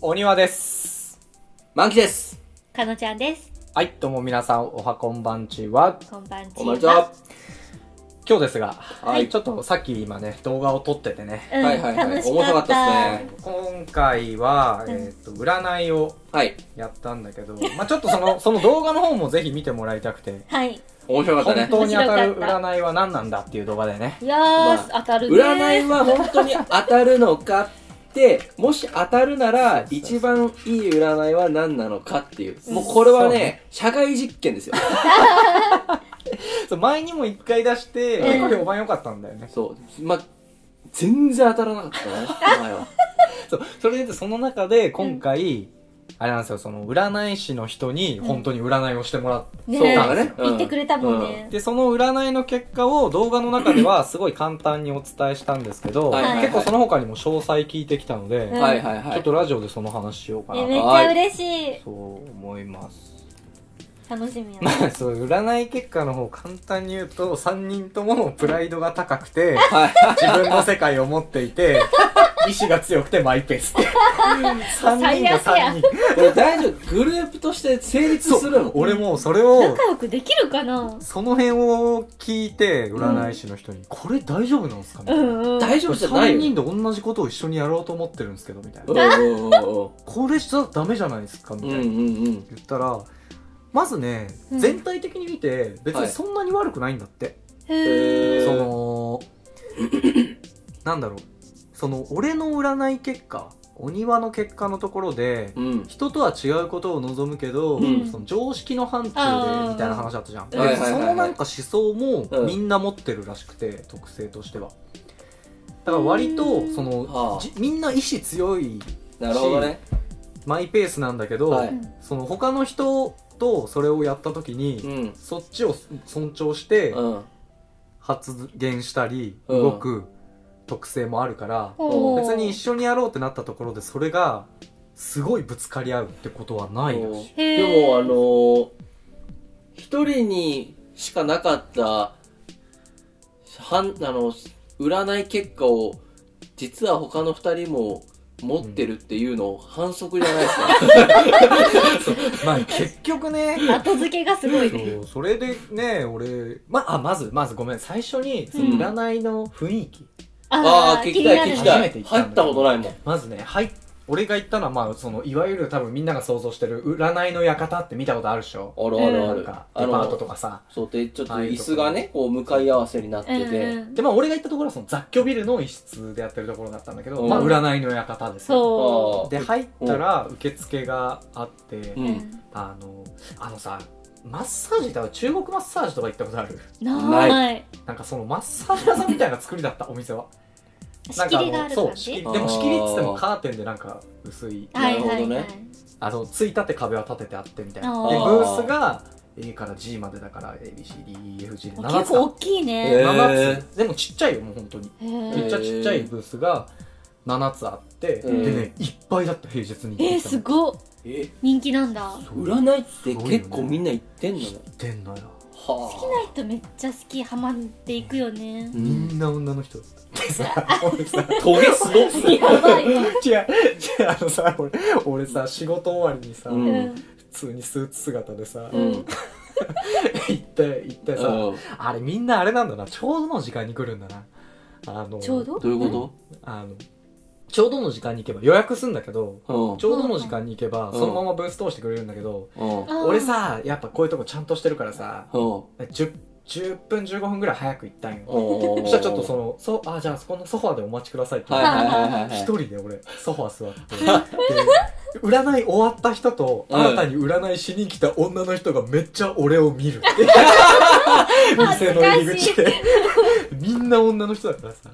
お庭です。満期です。かのちゃんです。はい、どうも皆さん、おはこんばんちは。こんばんちおまちは。今日ですが、はいちょっとさっき今ね、動画を撮っててね、うん、はいはいはい楽し面白かかっっ。たたっすね今回は、うんえっと、占いをはい。やったんだけど、まあちょっとそ の、その動画の方もぜひ見てもらいたくて、はい。面白かった本ね。当に当たる占いは何なんだっていう動画でね。いやー、まあ当たるね。占いは本当に当たるのかって、もし当たるなら、一番いい占いは何なのかっていう。もうこれはそうねね、社会実験ですよ。 そう前にも一回出して、うん結構評判良かったんだよね。そう。ま、全然当たらなかった ね、前は。そう、それでその中で今回、あれなんですよ、その占い師の人に本当に占いをしてもらって、ねそうだねうん言ってくれたもんね。で、その占いの結果を動画の中ではすごい簡単にお伝えしたんですけど、はいはいはい結構その他にも詳細聞いてきたので、うんはいはいちはょっい。とラジオでその話しようかなえと、めっちゃ嬉しい。そう思います。楽しみやまな。あ、 そう、占い結果の方簡単に言うと、3人ともプライドが高く て、はい。自分の世界を持ってい て、意志が強くてマイペースって。3人が3人。これ大丈夫。グループとして成立するの。俺もうそれを仲、良くできるかなその辺を聞いて、占い師の人に、これ大丈夫なんですかみたういな。んうん。大丈夫じゃない3よ。人で同じことを一緒にやろうと思ってるんですけどみたいうんなうんうんこれじゃダメじゃないですかみたういな、んうん言うんったらまずね、うん全体的に見て別はにいそんなに悪くないんだって、へーそのなんだろうその俺の占い結果お庭の結果のところでうん。うん。人とは違うことを望むけど、うんその常識の範疇あでーみたいな話あったじゃん、ではいはいはいそのなんか思想うもんみんな持ってるらしくて、特性としてはだから割とその、はあじみんな意志強いなるほどね。マイペースなんだけど、はういんその他の人とそれをやった時に、うん。そっちを尊重してうん。発言したりうん動く特性もあるから、おー別に一緒にやろうってなったところでそれがすごいぶつかり合うってことはないらしい。へでーもあのー一人にしかなかったはんあの占い結果を実は他の二人も持ってるっていうの反則じゃないで すか、まあ結局ね、後付けがすごいね。そうそれでね俺まあまずまずごめん最初にそのうん占いの雰囲気、ああ聞気きになたいる聞ねきた初めいて行ったんだ入っけどたことないもんまずねはい俺が言ったのはまあそのいわゆる多分みんなが想像してる占いの館って見たことあるでしょあるあるなあんる、かデあパートとのかさそうでちょっと椅子がねこう向かい合わせになってて、うんうんでまあ俺が行ったところはその雑居ビルの一室でやってるところだったんだけど、うんまあ占いの館ですよそあで入ったら受付があって、うう。んうんあのあのさマッサージだから中国マッサージとか行ったことあるな。ないなんかそのマッサージ屋さんみたいな作りだったお店はな仕んか切りがあるそ感う仕切じりでも仕切りっつってもカーテンでなんか薄いはいはなるほいどはねい。あのついたて壁は立ててあってみたいなあーでブースが A から G までだから ABCDEFG で7結つ構大かきいえね。 7つでもちっちゃいよもう本当にへめーっちゃちっちゃいブースが7つあって、うんでねいっぱいだった平日に行っえてー、きたすのごっ。え人気なんだ。そう占いって結構みんな言ってんのね行ってんのよはあ好きな人めっちゃ好きハマっていくよねうみんんな女の人 だったでさ俺さトゲすごすぎ るやばいわ違う違うあのさ俺俺さ仕事終わりにさ、うんうん普通にスーツ姿でさ、うん 行って行ってさ、うんあれみんなあれなんだなちょうどの時間に来るんだなあのちょうどどういうこあのちょうどの時間に行けば予約すんだけどとちょうどの時間に行けば、んそのままブース通してくれるんだけど、うんうんあー俺さやっぱこういうとこちゃんとしてるからさうん 10, 10分15分ぐらい早く行ったんよおーそしたらちょっとそのそあじゃあそこのソファーでお待ちくださいって言はわいれてはいはいはいはい一人で俺ソファー座ってで占い終わった人とうん新たに占いしに来た女の人がめっちゃ俺を見る店の入り口でみんな女の人だからさ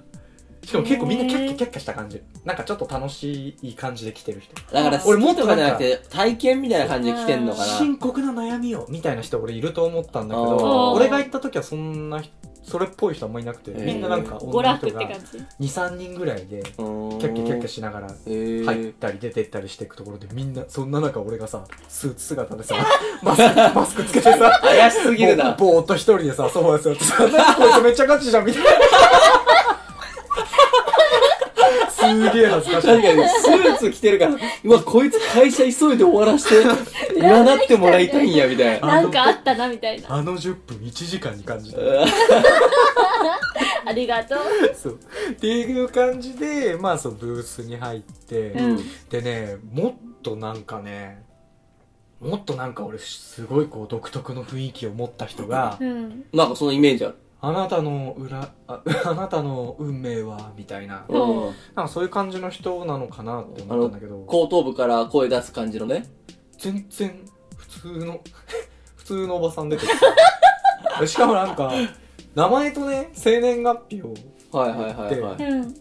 しかも結構みんなキャッキャキャッキャした感じなんかちょっと楽しい感じで来てる人だから俺俺ももっっととなんかかじゃなくて体験みたいな感じで来てんのかな深刻な悩みをみたいな人俺いると思ったんだけどあー俺が行った時はそんな人それっぽい人あんまいなくてへーみんななんか娯女の楽っ人てが感じ23人ぐらいでキキャッキャキャッキャャしながらえー入ったり出てったりしていくところでみんなそんな中俺がさスーツ姿 でさマスクマスクつけてさ怪しすぎるなぼぼーっと一人でさソファー座 ってさ「何こいつめっちゃガチじゃん」みたいな。すすげえ恥ずかしい確かにスーツ着てるからうわこいつ会社急いで終わらして占ってもらいたいんやみたいななんかあったなみたいなあの10分1時間に感じたありがとうそうっていう感じでまあそのブースに入って、うんでねもっとなんかねもっとなんか俺すごいこう独特の雰囲気を持った人がうんなんかそのイメージある「あなたの裏 ああなたの運命は」みたいなうんうんなんかそういう感じの人なのかなって思ったんだけど後頭部から声出す感じのね全然普通の 普通のおばさん出てきたしかもなんか名前とね生年月日をはいはいはいはういん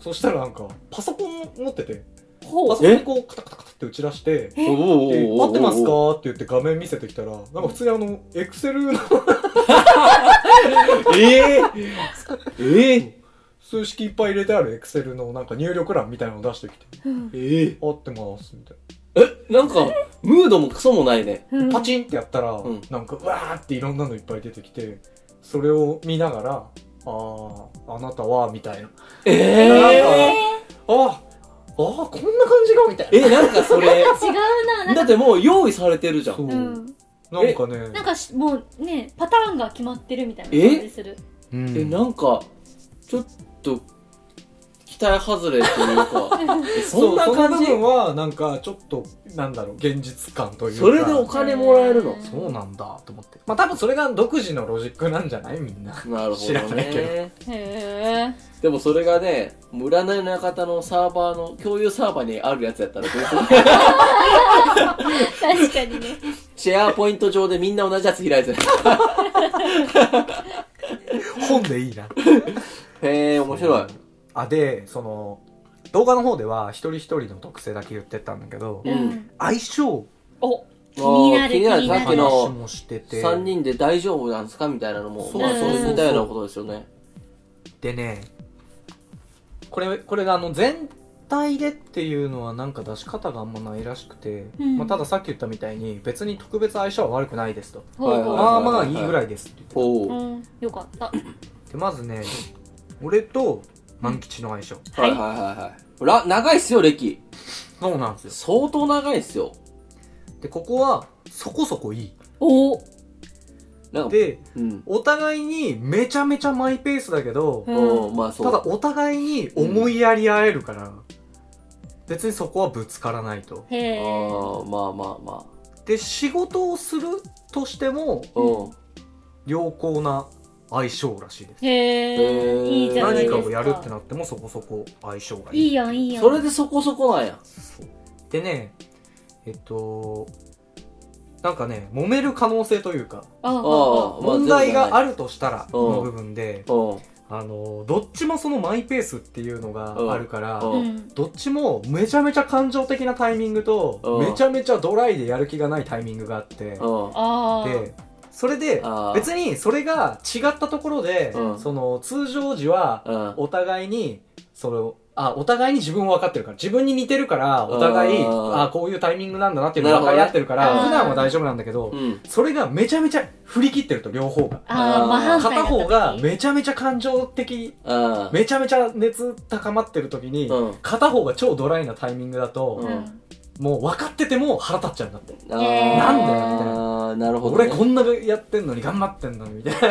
そしたらなんかパソコン持っててほパソコンにこうカタカタカタって打ち出してえお「おでおお合ってますおおか?」って言って画面見せてきたらなんか普通にあのエクセルのええええ数式いっぱい入れてあるエクセルのなんか入力欄みたいなのを出してきてうんええ「合ってます」みたいえなんかムードもクソもないねうんなパチンってやったらうんなんかわーっていろんなのいっぱい出てきてそれを見ながら「あーあなたは」みたいなええなんかえああ、ああ、こんな感じがみたいな。えなんか それ違うななだんっかてもう用意されてるじゃそんう。うなんんかね。なんかしもうねパターンが決まってるみたいなえ感じするうんえなんかちょっと期待外れというかえ そそんうなその感部じ分は、なんか、ちょっと、なんだろう、現実感というか。それでお金もらえるのうんそうなんだ、と思って。まあ、多分それが独自のロジックなんじゃないみんな。なるほ知どらないけねへでもそれがねもう占いの館のサーバーの共有サーバーにあるやつやったらどうす るえ確かにねシェアポイント上でみんな同じやつ開いてる本でいいな。へえ面白い。あ、で、その、動画の方では、一人一人の特性だけ言ってったんだけど、ううんん相性お気になるあー気になる気になるさっきの話もしてて、 3人で大丈夫なんですかみたいなのもそうまあそうそうそう似たようなことですよねでね、これ、これがあの全体でっていうのはなんか出し方があんまないらしくて、うんまあ、たださっき言ったみたいに別に特別相性は悪くないですと。ほうはいほまあはいまあいいぐらいですって言ってたおお、うんよかったで、まずね、俺と万吉の相性。ははいいはいはいはいら長いっすよ歴そうなんですよ。相当長いっすよで、ここはそこそこいい。おおなんかで、うんお互いにめちゃめちゃマイペースだけど、うんおーまあそたうだお互いに思いやり合えるから、別にそこはぶつからないと。へえああまあまあまで、仕事をするとしても、あうん良好な相性らしいですへえいいじゃないで何すかかをやるってなってもそこそこ相性がいいいいやんいいやんそれでそこそこなんやそうでねえっとなんかね揉める可能性というかああああまあ問題があるとしたらゼロじゃないの部分でうんあのどっちもそのマイペースっていうのがあるからうんうんどっちもめちゃめちゃ感情的なタイミングとうんめちゃめちゃドライでやる気がないタイミングがあってうんああでそれであー別にそれが違ったところでうんその通常時はうんお互いにそのあお互いに自分を分かってるから自分に似てるからお互いあーあこういうタイミングなんだなっていうのを分かり合ってるからなるほどね普段は大丈夫なんだけど、うんそれがめちゃめちゃ振り切ってると両方がああ真反対だ片った方がめちゃめちゃ感情的あめちゃめちゃ熱高まってる時に、うん片方が超ドライなタイミングだうと、んもう分かってても腹立っちゃうんだって、あえーなんだよみたいなあーなるほどね俺こんなやってんのに頑張ってんのにみた い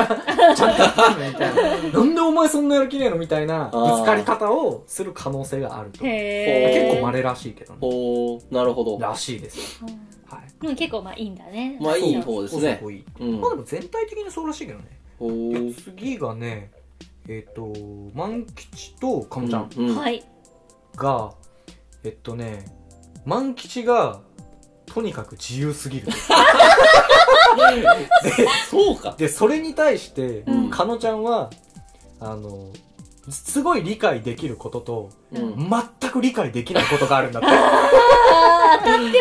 なちゃんとやってんのにみたいななんでお前そんなやる気ねえのみたいなあーぶつかり方をする可能性があると結へえ構稀らしいけどねおーなるほどらしいですよはいうんでも結構まあいいんだねまあいい方ですねそこそこいいうんまあでも全体的にそうらしいけどねおーで次がねえっ、と万吉とかもちゃんうんうんはいが、えっとね万吉がとにかく自由すぎる そうかでそれに対して、うんかのちゃんはあのすごい理解できることとうん全く理解できないことがあるんだ っああ当たってます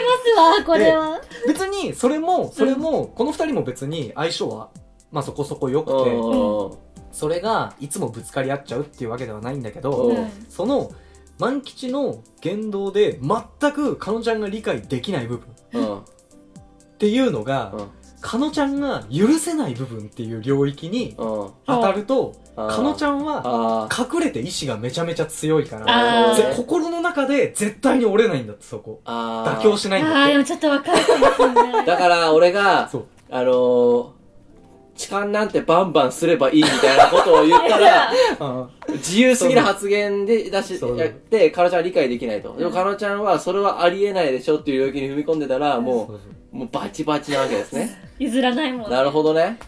わこれはて別にそれもそれも、この二人も別に相性はまあそこそこ良くて、それがいつもぶつかり合っちゃうっていうわけではないんだけど、うんその万吉の言動で全くかのちゃんが理解できない部分っうんうんていうのが、うんかのちゃんが許せない部分っていう領域にうん当たるとあーかのちゃんはあ隠れて意志がめちゃめちゃ強いからあーぜ心の中で絶対に折れないんだってそこあー妥協しないんあだあ、っでてもちょっとわかるかもしれない。だから俺がそうあのー痴漢なんてバンバンすればいいみたいなことを言ったらあ自由すぎる発言で出しそうやってカノちゃんは理解できないとでもカノちゃんはそれはありえないでしょっていう領域に踏み込んでたらーもそううもうバチバチなわけですね譲らないもん。なるほどね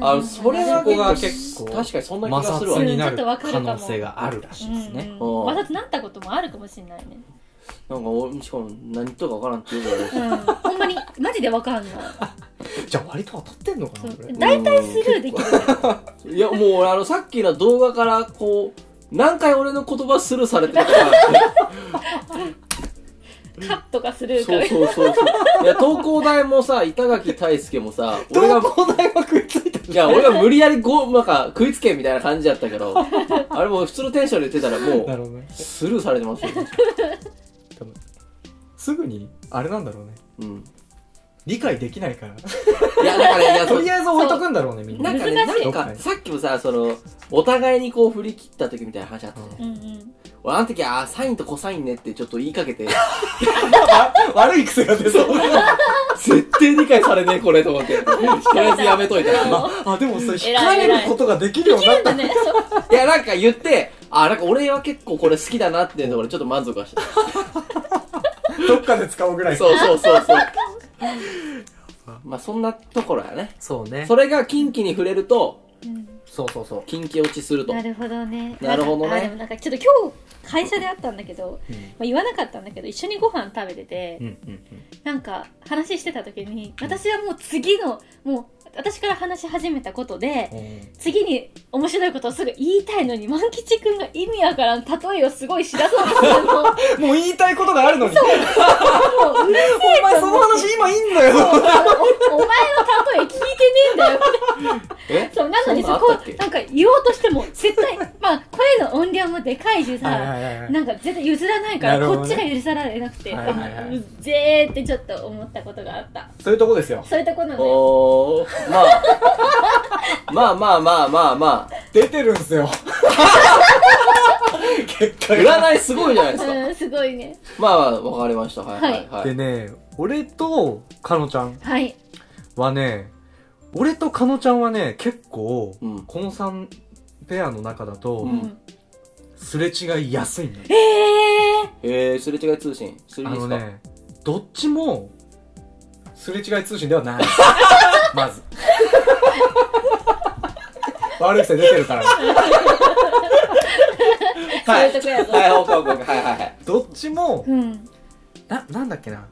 あうんそれはそこが結結構構確かにそんなそう摩気がするわ擦ねになる可能性があるらしいですね、うんおう摩擦なったこともあるかもしれないね。なんか俺しかも何言っとるか分からんって言うからうん。ほんまに、マジでわかんない。じゃあ割と当たってんのかそなうこれ大体スルーできるけど。いや、もう俺あの、さっきの動画から、こう、何回俺の言葉スルーされてたから、カットがスルーかそうら。そうそうそう。いや、東工大もさ、板垣大輔もさ、俺が、東大は食いついたいや、俺が無理やりご、なんか、食いつけみたいな感じやったけ ど、あれもう普通のテンションで言ってたら、なもるほどねう、スルーされてますよ。多分すぐにあれなんだろうねうん。理解できないからいや、だから、いや、そとうりあえず置いとくんだろうねみんななんかね、難しないんか、さっきもさ、その、お互いにこう振り切った時みたいな話あったじゃ。うんんうん。俺、あの時、あ、サインとコサインねってちょっと言いかけて、わ 悪い癖が出そう絶対理解されねえ、これ、と思って。とりあえずやめと いたら。あでもそれ控偉いえることができるよう になっただね。いや、なんか言って、あ、なんか俺は結構これ好きだなっていうところでちょっと満足はした。どっかで使おうぐらいそうそうそうそう。まあそんなところやね。そうねそれが近畿に触れると、うんそうそうそう近畿落ちするとな。るほどね。なるほどねんかあでもなんかちょっと今日、会社で会ったんだけど、うんまあ、言わなかったんだけど、一緒にご飯食べてて、うんうんなんか話してた時に私はもう次のもう私から話し始めたことでうん次に面白いことをすぐ言いたいのに万吉くんが意味わからん例えをすごいしだそうとするのももう言いたいことがあるのにううるせえお前その話今いいんだよお前の例え聞いてねえんだよえそうなのにそんなこあったっけなんか言おうとしても絶対まあ声の音量もでかいしさはいはいはいはいなんか絶対譲らないから、なるほこどっねちが許されなくて、はいはいはいうっぜーってちょっと思ったことがあったそういうとこですよそういうとこなのよおー、まあ。まあまあまあまあま出てるんすよ結果あ。が占いすごいじゃないですか。うんすごいねまあまあ、わかりました。はいはいはでい。ね俺とかのちゃんはいはね俺とかのちゃんはね結構、うんこの3ペアの中だと、うんすれ違いやすいんだよえええー、すれ違い通信。するあんでのすか、ねどっちもすれ違い通信では ないまず悪い癖出てるからはい。そういうとこはい、ほうかほうかほうかはいはいはい。どっちもうん。ななんだっけな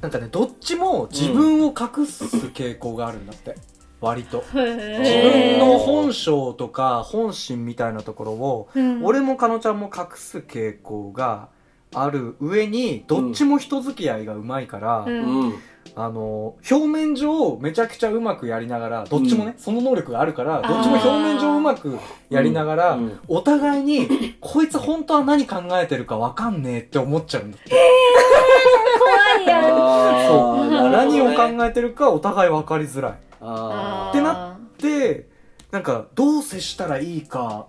なんかねどっちも自分を隠す傾向があるんだって、割と自へ分え。の本性とか本心みたいなところをうん俺もかのちゃんも隠す傾向がある上にどっちも人付き合いがうまいから、うん。うん。あの表面上めちゃくちゃうまくやりながらどっちもね、その能力があるからどっちも表面上うまくやりながら、うんうんお互いにこいつ本当は何考えてるかわかんねえって思っちゃうんだって、怖いやん。あそーうなるほ何どをね考えてるかお互い分かりづらいあってなでなんかどう接したらいいか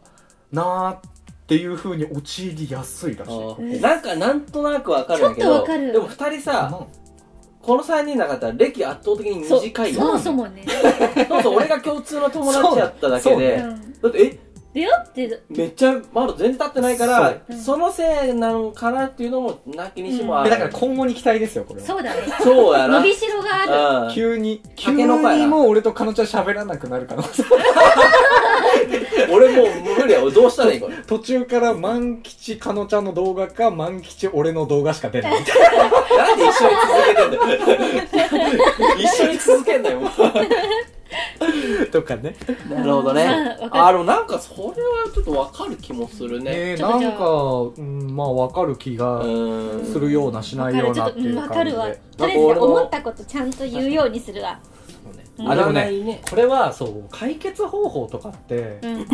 なーっていう風に陥りやすいらしいうんなんかなんとなくわかるんだけどちょっとわかるでも二人さこの3人なかったら歴圧倒的にそう短いそよもそもね。そうそう俺が共通の友達やっただけそううでん。だってでよって、えめっちゃまだ全然立ってないからそうそのせいなのかなっていうのもなきにしもあでる、だから今後に期待ですよこれはそうだね。そうやな伸びしろがあうる。ん急に急竹の葉やなにもう俺とかのちゃん喋らなくなる可能性 俺もう無理や俺どうしたらいいこれ途中から万吉かのちゃんの動画か万吉俺の動画しか出ないなんで一緒に続けてんだ よ一緒に続けんなよもうとかねなるほどねうんわかるあでもなんかそれはちょっとわかる気もするねねちょっなとんじゃあか、うん、まあ分かる気がうんするようなしわなかいよる。うちょなっってと、ういん、うわか感じるわ。でとりあえずね思ったことちゃんと言うようにするわ。うんあでも占いねこれはそう解決方法とかってうん。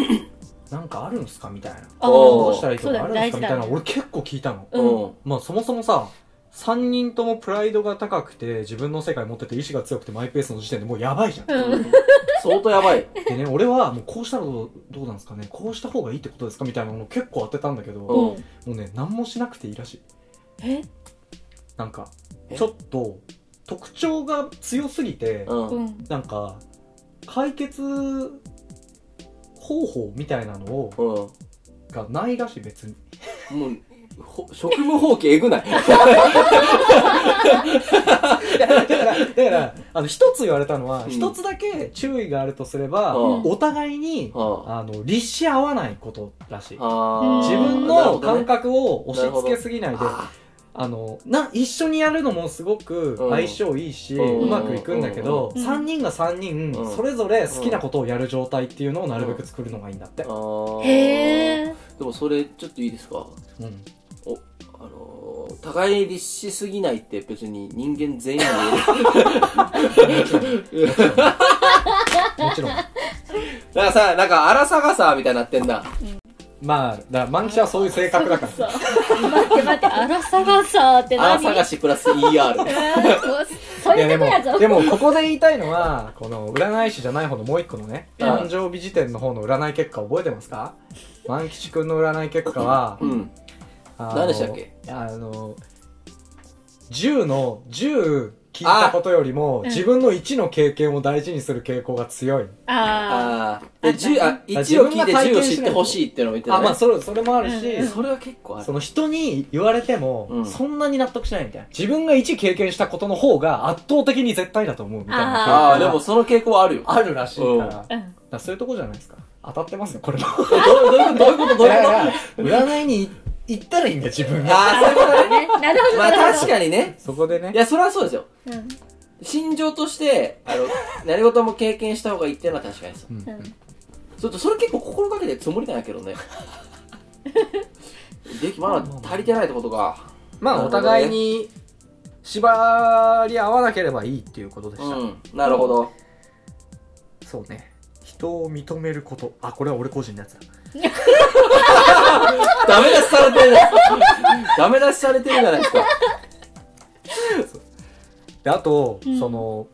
なんかあるんすかみたいなあおどうーしたらいいとそうだかねあるんすかみたいな大事だね俺結構聞いたのうんまあそもそもさ3人ともプライドが高くて自分の世界持ってて意志が強くてマイペースの時点でもうやばいじゃんうん。相当やばい。でね俺はもうこうしたらどうどうなんですかねこうした方がいいってことですかみたいなのを結構当てたんだけど、うんもうね何もしなくていいらしいえなんかえちょっと特徴が強すぎて、うん。ううん。ん。なんか解決方法みたいなのをもがないらしい別に う、ほ職務放棄えぐ ない。だからだからあの一つ言われたのはうん一、つだけ注意があるとすれば、うんお互いに、はあの立し合わないことらしいあ。あー自分なるのほどね感覚を押し付けすぎないでああのな一緒にやるのもすごくうん相性いいし、ううんまくいくんだけど、うん3人が3人、うんそれぞれ好きなことをやる状態っていうのをなるべく作るのがいいんだって、あーへえ。でもそれちょっといいですかうんあのー、互い律しすぎないって別に人間全員に 言える。もちろんだからさ、なんか荒さがさ、みたいになってんだ。まあだからマンキはそういう性格だから そう待って待って、荒さがさーって何荒探しプラス ER。えーこうそういやでいうともこやぞ。でもここで言いたいのはこの占い師じゃない方のもう一個のねうん誕生日時点の方の占い結果覚えてますか万吉くんの占い結果は うん。あの何でしたっけあの10の10聞いたことよりもあ自分の1の経験を大事にする傾向が強い、あああ。で、10、あ、1を聞いて10を知ってほしいってのを言ってたあね。まあそれそれもあるし、うんそれは結構あそる。の人に言われてうもんそんなに納得しないみたいな自分が1経験したことの方が圧倒的に絶対だと思うみたいな傾向がああ、でもその傾向はあるよ。あるらしいから,、うんだかあ。うん。らそういうとこじゃないですか当たってますよこれもどうどういうことどういうことどういうことあ占いに行ったらいいんだ自分があー、そういうこと だね。なるほど、まなあるほど。確かにね。そこでいねや、それはそうですよ。うん心情として、 あの、何事も経験した方がいいっていうのは確かにそう。うんうんそれと、それ結構心がけてるつもりなんやけ どね。でき、まだ足りてないってことか。まあお互いに縛り合わなければいいっていうことでした、うん。なるほど。そうね人を認めることあこれは俺個人のやつだダメ出しされてる ダメ出しされてるじゃないですか。であと、うんその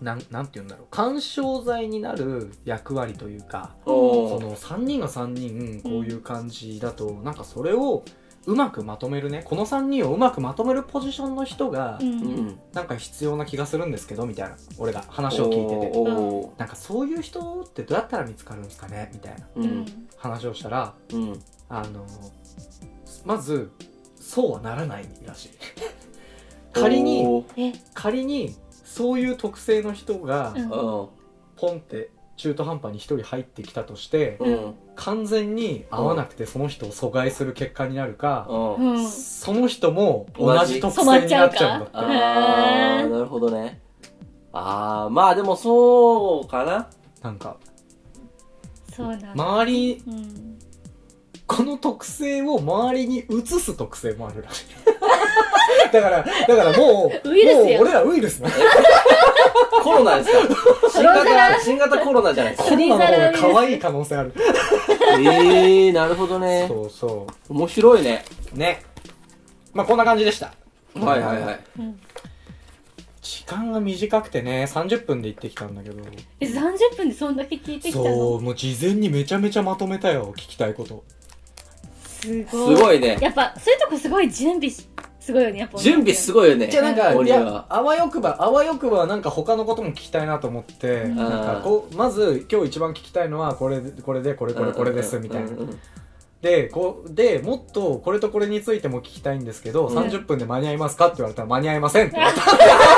なんなんて言うんだろう緩衝材になる役割というかおそーの3人が3人こういう感じだと、なんかそれをうまくまとめるねこの3人をうまくまとめるポジションの人が、う。うんん。なんか必要な気がするんですけどみたいな俺が話を聞いてておーおなんかそういう人ってどうやったら見つかるんですかねみたいなー。うん。話をしたらうん。あのまずそうはならないらしい仮におーえ、仮にそういう特性の人がうんポンって中途半端に一人入ってきたとして うん。うん。完全に合わなくてその人を阻害する結果になるかうん。うん。その人も同じ特性になっちゃうんだって染まっちゃうかあへあ、ーなるほどね。ああ、まあでもそうかな。なんかそうなんだ。周りうん。この特性を周りに移す特性もあるら しいだからだからもうウイルスもうや俺らウイルスな コロナですか新型、新型コロナじゃないですコ。かロナの方が可愛い可能性あるええー、なるほどね。そうそ面白いね。うねまあこんな感じでしたはいはいはい。うん時間が短くてね30分で行ってきたんだけどえ、30分でそんだけ聞いてきたそのうもう事前にめちゃめちゃまとめたよ聞きたいことすすごい。ごいね。やっぱ、そういうとこすごい準備し、すごいよね、やっぱ。準備すごいよね。じゃあなんかい俺やは。あわよくばあわよくばなんか他のことも聞きたいなと思ってうんなんかこうまず今日一番聞きたいのはこれこれでこれこれこれですみたいなうんうんうんでこうでもっとこれとこれについても聞きたいんですけど、うん30分で間に合いますかって言われたら間に合いませんって言われ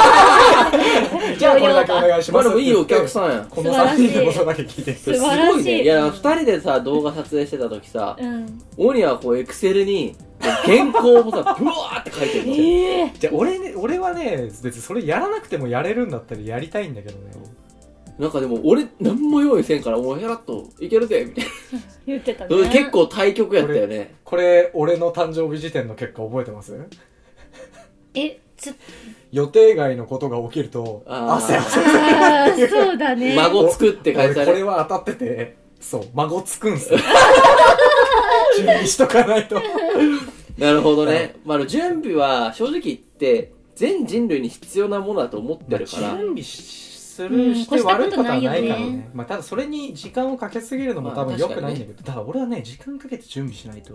た じゃあこれだけお願いしまますあでもいいお客んさんや。この3人でことだけ聞いて素晴らしいすごいね。いや、二人でさ、動画撮影してた時さ、うん。オニはこう、エクセルに、原稿をさ、 ブワーって書いてるの。ええ。じゃあ俺,、ね、俺はね別にそれやらなくてもやれるんだったらやりたいんだけどねなんかでも俺何も用意せんからもうヘラッといけるぜみたい言ってたなね。結。構対局やったよねこれ俺の誕生日時点の結果覚えてますえ、ちょっと、予定外のことが起きるとあー汗汗あーそうだ ね。孫つくって書い俺てあこれるは当たって てそう孫つくんすよ準備しとかないとなるほどね。まあ、あの準備は正直言って、全人類に必要なものだと思ってるから。準備すうるんして悪いことはないから越したことないよねねまあただそれに時間をかけすぎるのも多ま分あ良くないんだけどただ俺はね時間かけて準備しないと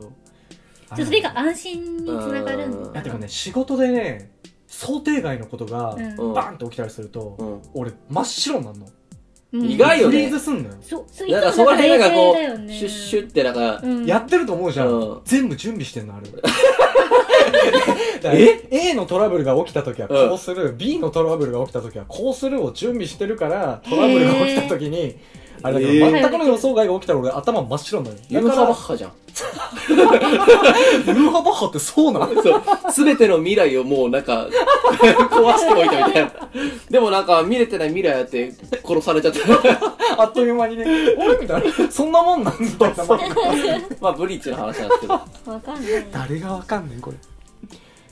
あじゃあそれが安心につながるんうんいやでもね仕事でね想定外のことがうバーンって起きたりするとうん。俺真っ白になるのん、意外よねフリーズすんのよそうそういつなもんかそこら辺がこ冷静だよう、ねシュッシュッってなんか、うんやってると思うじゃうんん全部準備してんの あれええ ?A のトラブルが起きた時はこうする B のトラブルが起きた時はこうするを準備してるからトラブルが起きた時にあれだけへどー全くの予想外が起きたら俺頭真っ白になるユーだハからバッハじゃん。ウーハバッハってそうなのそう。すべての未来をもうなんか、 壊しておいたみたいな。でもなんか、見れてない未来やって、殺されちゃ った。あっという間にね、俺みたいな、そんなもんなんみたいな。まあ、ブリーチの話なんですけど。わかんない誰がわかんねん、これ。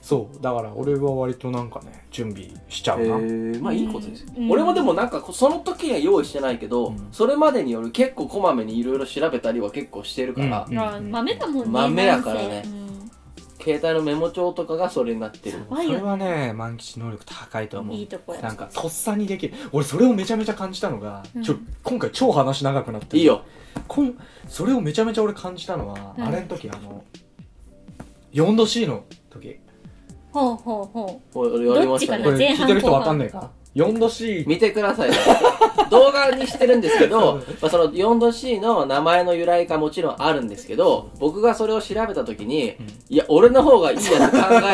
そう、だから俺は割となんかね、準備しちゃへうな。ーまあいいことですよ、うん俺もでもなんかこその時には用意してないけうど、んそれまでによる結構こまめにいろいろ調べたりは結構してるから、うんあ豆だもんね豆やからねなんせうん携帯のメモ帳とかがそれになってる怖いそれよはね、満喫能力高いと思う。いいとこやなんか、とっさにできる。俺、それをめちゃめちゃ感じたのが、ちょうん、今回超話長くなっているい。よこん、それをめちゃめちゃ俺感じたのは、うんあれの時、あの、4度 C の時。ほうほうほ俺やりましたどこっちれ、聞ねか前半いてる人わかんないか。4度 C 見てください動画にしてるんですけど、まあ、その 4°C の名前の由来がもちろんあるんですけど僕がそれを調べた時に、んいや俺の方がいいやつ考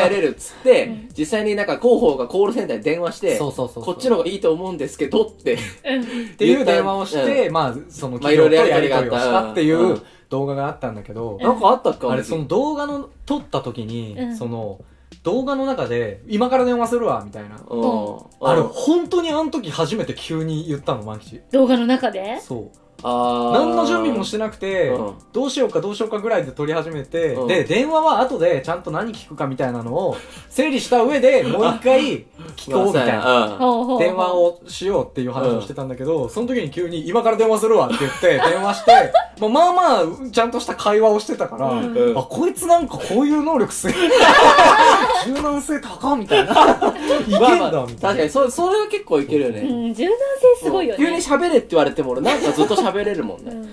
えれるっつって、うん実際になんか広報がコールセンターに電話してそうそうそうそうこっちの方がいいと思うんですけどってううんっていう電話をして、まあ、そのまあいろいろ企業やり取りがあをったしたっていうんう動画があったんだけど、なんかあったっけあれ、その動画の撮った時に、うんその、動画の中で、今から電話するわ、みたいな。うん。あれ、本当にあの時初めて急に言ったの、万吉。動画の中でそう。あー何の準備もしてなくて、うんどうしようかどうしようかぐらいで撮り始めて、うんで、電話は後でちゃんと何聞くかみたいなの を整理した上で、もう一回聞こうみたいな。な。ほうほうほ う電話をしようっていう話をしてたんだけど、その時に急に今から電話するわって言って、電話して、まあまあまあ、ちゃんとした会話をしてたから、うんうんあ、こいつなんかこういう能力すげえ。 柔軟性高っみたいな。いけんまあまだあみた確いかな。に、そそれは結構いけるようね。ん柔軟性すごいよね急に喋れって言われても俺なんかずっと喋れるもんうね。ん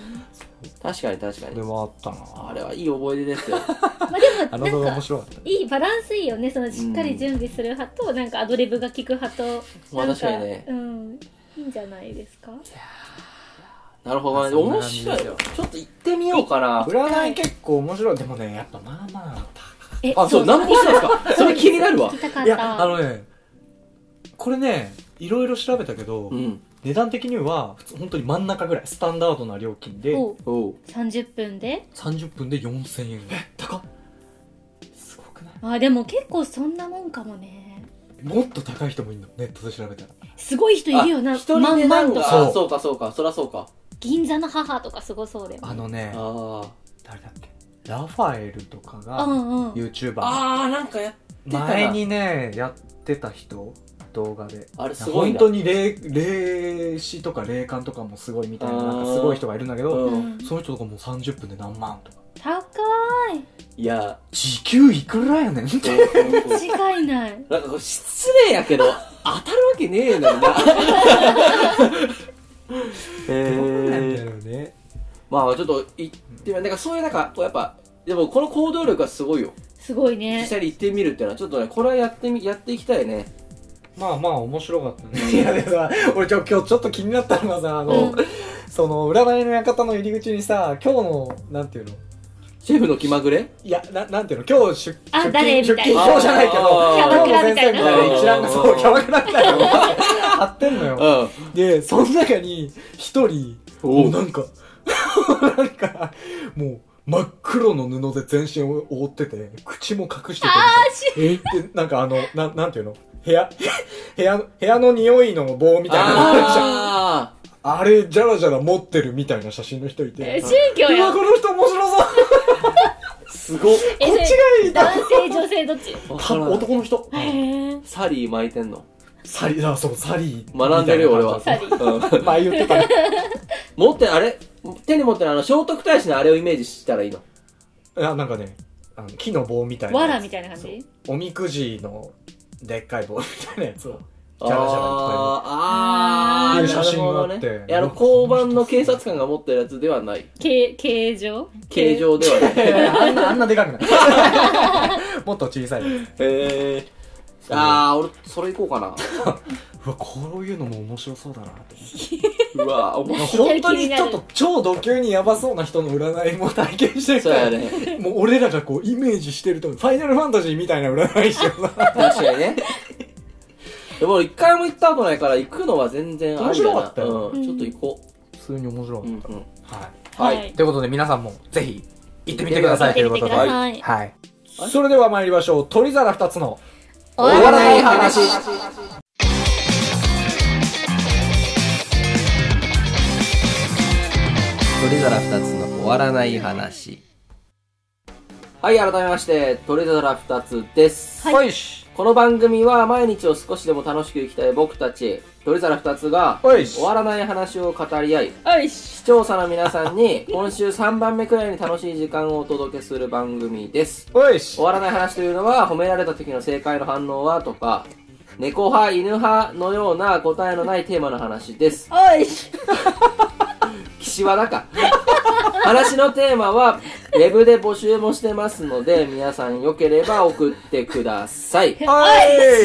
確かに確かそれに。はあったあな。れはいい思い出ですよ。まあであものなん動画か面白かった。いいバランスいいよねそのしっかり準備する派と、なんかアドリブが効く派とまあなん確かにねうんいいんじゃないですかなるほどね。そんな面感じですよ白いよ。ちょっと行ってみようかな。占い結構面白い。でもね、やっぱまあまえあ、そう、何もしてないですかそれ気になるわ 聞き。たかあ。っいや、たあのね、これね、いろいろ調べたけど、うん。値段的には、普通本当に真ん中ぐらい、スタンダードな料金で、おおう30分で30分で4000円え高っすごくないあでも結構そんなもんかもねもっと高い人もいるのネットで調べたらすごい人いるよあな一人でまなんんまんそうとか、あそうかそうか、そらそうか。銀座の母とかすごそうだよねあのねああ。誰だっけラファエルとかうがんうん YouTuber あー、なんかやってたな。前にねやってた人動画であれすご本いな当に霊霊視とか霊感とかもすごいみたいななんかすごい人がいるんだけどうんうんその人とかもう30分で何万とか高いいや、時給いくらやねんって間違いないなんかこれ失礼やけど、当たるわけねえのにな。えなんだー、よねまあちょっと行ってみなんかそういうなんか、こうやっぱ、でもこの行動力はすごいよ。すごい実ね際に行ってみるっていうのは、ちょっとね、これはやってみ、やっていきたいね。まあまあ面白かった ね。いやでもさ、俺ちょ今日ちょっと気になったのがさ、あの、その占いの館の入り口にさ、今日の、なんていうのシェフの気まぐれいや、ななんていうの今日出あ出誰勤、みた出いな勤表じゃないけど、あー今日の先生みたいな一覧がそう、キキャャバクラみたいなのが貼ってんのよ。ん。で、その中に、一人、もうなんか、 なんか、もう、真っ黒の布で全身を覆ってて、口も隠しててみたいな。えで、なんかあの、なん、なんていうの部屋、部屋の、部屋の匂いの棒みたいなのあるじゃん。あーあれ、じゃらじゃら持ってるみたいな写真の人いて。え宗教うやわ、この人面白そうすごっ。えこっちがいい男性女性どっち わたからん男の人。へえサリー巻いてんの。サリ、あ、そう、サリー。学んでるよ、俺は。サリうん俺は。前言ってた。持って、あれ手に持ってるあの、聖徳太子のあれをイメージしたらいいの。いや、なんかね、あの木の棒みたいなわやつらみたいな感じおみくじのでっかい棒みたいなやつをあジャラジャラあっーあていうー写真があってなるほどねいやあの交番の警察官が持ってるやつではない形形状形状ではない あんなあんなでかく ないもっと小さいやつへえああ俺それ行こうか うわこういうのも面白そうだなってなうわーお 前本当にちょっと超度級にヤバそうな人の占いも体験してるそうからやねもう俺らがこうイメージしてるとファイナルファンタジーみたいな占い師をな確かにねでも俺一回も行ったことないから行くのは全然ありだ面白なかったようん、ちょっと行こ 普通に面白う、かっうんうん、た、はいはいということで皆さんもぜひ行ってみてくださいということで、行ってみてくださいはい、それでは参りましょう鳥皿2つのお終わらない話鳥皿二つの終わらない話はい改めまして鳥皿二つです、はいいしこの番組は毎日を少しでも楽しく生きたい僕たち鳥皿二つがおいし終わらない話を語り合いおいし視聴者の皆さんに今週3番目くらいに楽しい時間をお届けする番組ですおいし終わらない話というのは褒められた時の正解の反応はとか猫派犬派のような答えのないテーマの話ですおいし岸和田か話のテーマはウェブで募集もしてますので皆さんよければ送ってくださいいやお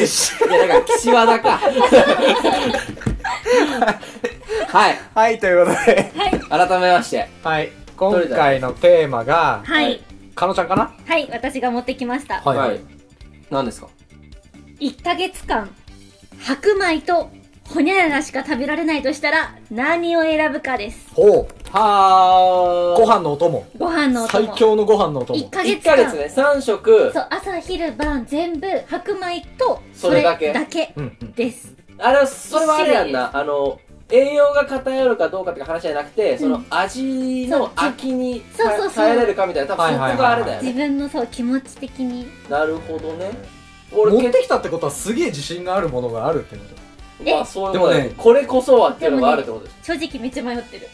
いしだから岸和田かはいはいということで、はい改めましてはい、今回のテーマがはいかのちゃんかなはい私が持ってきましたははい何ですか1ヶ月間白米とほにゃららしか食べられないとしたら何を選ぶかですほうはーご飯のお供ご飯のお供最強のご飯のお供1ヶ1月ヶ間月ね3食そう朝昼晩全部白米とそれだけそれだけうんうんですあれはそれはあれやん種なあの栄養が偏るかどうかっていう話じゃなくて、その味のそう飽きにそうそうそう耐えれるかみたいな多分そこがあれだよね、自分のそう気持ち的になるほどね持俺っ結てきたってことはすげえ自信があるものがあるってこと構まあえそういうことだよでもねこれこそはっていうのがあるってことで正直めっちゃ迷ってるす、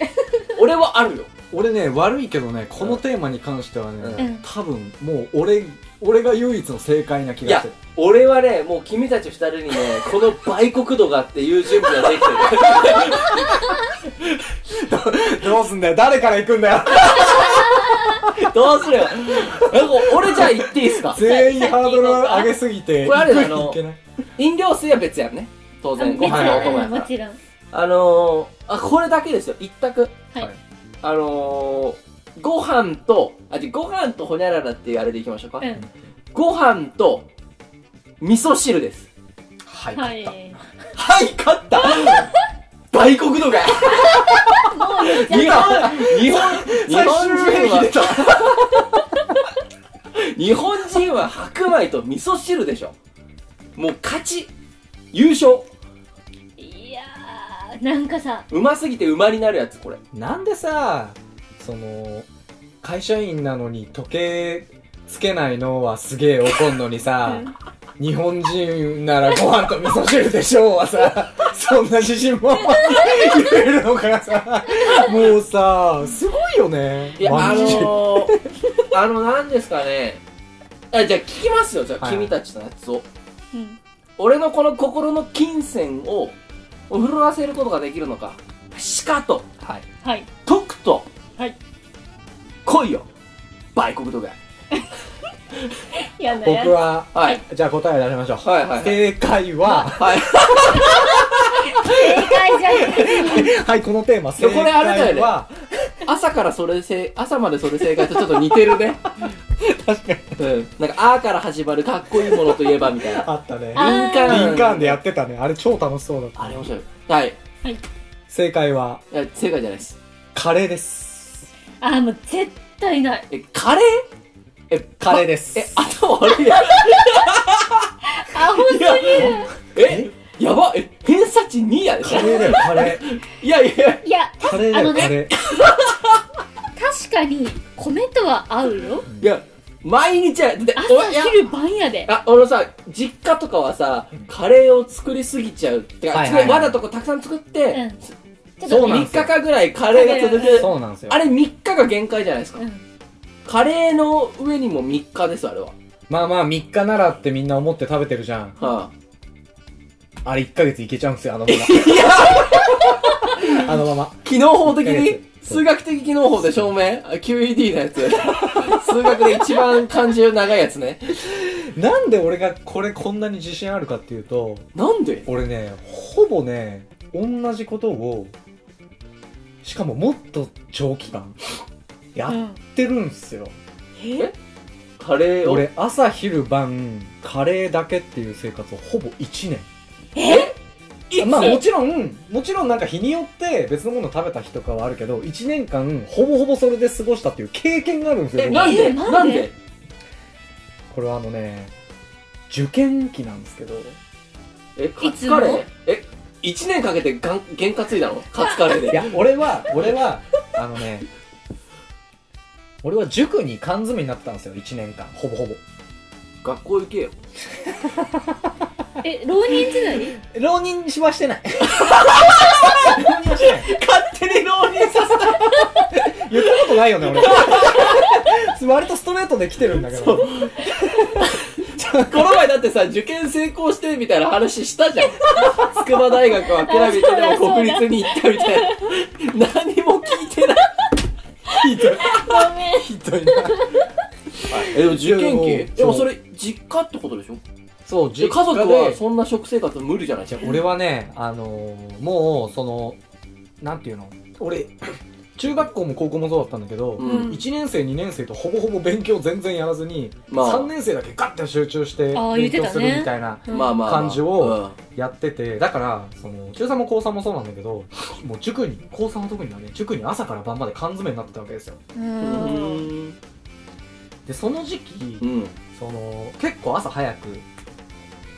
俺はあるよ俺ね悪いけどねこのテーマに関してはね、うんうん多分もう俺俺が唯一の正解な気いがやする俺はねもう君たち二人にねこの売国度がっていう準備ができてるどうすんだよ誰から行くんだよ どうすればなんか俺じゃあ言っていいですか全員ハードル上げすぎてこれあれだよ行くに行けない飲料水は別やんね当然ご飯のお供うやかんもらちろんあのー、あこれだけですよ一択はいあのー、ご飯と、あ、じゃご飯とほにゃららっていうあれでいきましょうか。うんご飯と、味噌汁です。はい、はいもはい、勝った売国度がう言っちゃっ日本、日本、日最本終兵器人出は、た日本人は白米と味噌汁でしょ。もう勝ち優勝たいやーなんかさうますぎてうまになるやつ、これ。なんでさその会社員なのに時計つけないのはすげえ怒んのにさ、日本人ならご飯と味噌汁でしょうはさ そんな自信も言えるのかがさもうさすごいよねいや、あマジでのー、あの、なんですかね。あ、じゃあ聞きますよ、じゃあ、はい君たちのやつを。うん俺のこの心の金銭を震わせることができるのかしかとはいはい解くとはい来いよ売国とかやだや僕だははいじゃあ答え出しましょう、はいはいはい正解ははい正解じゃないはいこのテーマで正もこれあれだよ解ねは、朝からそれせ朝までそれ正解とちょっと似てる ね確かにうんなんか「あ」から始まるかっこいいものといえばみたいなあったねあ敏感敏感でやってたねあれ超楽しそうだったあれ面白いはいいはい正解はや正解じゃないですカレーですあーもう絶対ないえカレーえカレーですえ頭悪いやんあほんいやえやばえ偏差値2やでしカょレーだよカレーいやいやいやカレーだあよのねカレー確かに米とは合うよいや毎日やだっておいや朝昼晩やであ、俺さ、実家とかはさ、カレーを作りすぎちゃう。ってか、はいはい作はいりわざとこうたくさん作って、うんちょっそうとな3んですよ日間ぐらいカレーが続く。そうなんですよあれ3日が限界じゃないですか。うんカレーの上にも3日です、あれは。まあまあ、3日ならってみんな思って食べてるじゃん。はあれ1ヶ月いけちゃうんすよ、あのまい、いや、ま。あのまま。機能法的一ヶに月そう数学的機能法で証明あ ?QED のやつ。 数学で一番漢字の長いやつね。なんで俺がこれこんなに自信あるかっていうと、なんで俺ね、ほぼね、同じことを、しかももっと長期間、やってるんすよ。えカレーを。俺、朝昼晩、カレーだけっていう生活をほぼ1年。いつまあもちろん、もちろんなんか日によって別のもの食べた日とかはあるけど、1年間ほぼほぼそれで過ごしたっていう経験があるんですよ。え、僕なんでえなんでなんでこれはあのね、受験期なんですけど、え、カいつツもカレーえ、1年かけてがん験担いだのカツカレーいで。や、俺は、俺は、あのね、俺は塾に缶詰になってたんですよ、1年間、ほぼほぼ。学校行けよ。え、浪人時代浪人しはしてない。 浪人はしてない。勝手に浪人させた言ったことないよね、 俺。割とストレートで来てるんだけど。この前だってさ、受験成功してみたいな話したじゃん。筑波大学は諦めてでも国立に行ったみたいな。何も聞いてない。ひどい、ごめん。ひどいな。え、でも受験期でもそれ、実家ってことでしょそう、で家実族家はで、そんな食生活無理じゃないじゃあ俺はね、あのーもう、その、なんていうの俺、中学校も高校もそうだったんだけど、うん。 1年生2年生とほぼほぼ勉強全然やらずに、まあ3年生だけガッて集中してあー勉言って強たねするみたいなまあまあまあ。感じをうやってて、だからその中3も高3もそうなんだけどもう塾に高3は特にはね塾に朝から晩まで缶詰になってたわけですようん。ん。でその時期、うん。その結構朝早く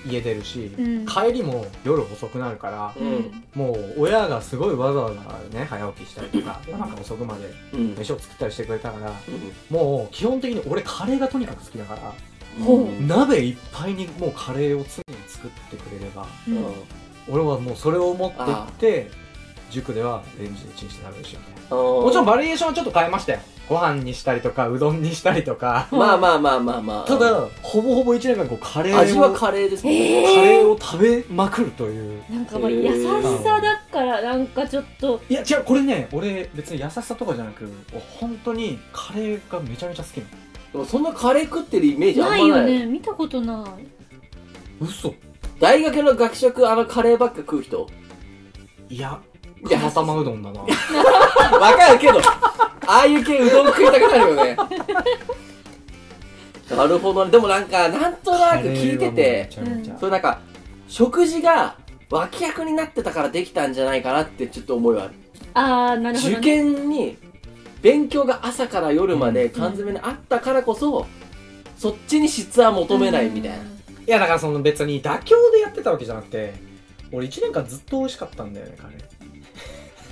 家出るし、うん帰りも夜遅くなるからううんん。もう親がすごいわざわざね早起きしたりとか夜中遅くまでうん。飯を作ったりしてくれたからもう基本的に俺カレーがとにかく好きだからほううん鍋いっぱいにもうカレーを常に作ってくれればううんん。俺はもうそれを持ってって塾ではレンジでチンして食べるしみたいなももちろんバリエーションはちょっと変えましたよご飯にしたりとかうどんにしたりとかまあまあまあまあまあ。ただほぼほぼ1年間こうカレーを味はカレーですもんね。カレーを食べまくるというなんかまあ優しさだからなんかちょっといや違うこれね俺別に優しさとかじゃなく本当にカレーがめちゃめちゃ好きなのでもそんなカレー食ってるイメージあんまなないいよね見たことない嘘大学の学食あのカレーばっか食う人いやいや釜玉うどんだなわかるけどああいう系うどん食いたくなるよねなるほどねでもなんかなんとなく聞いててカレーはもうめちゃめちゃそれなんか食事が脇役になってたからできたんじゃないかなってちょっと思いはあるあーなるほど受ね験に勉強が朝から夜まで缶詰にあったからこそそっちに質は求めないみたいなうんいやだからその別に妥協でやってたわけじゃなくて俺1年間ずっと美味しかったんだよねカレー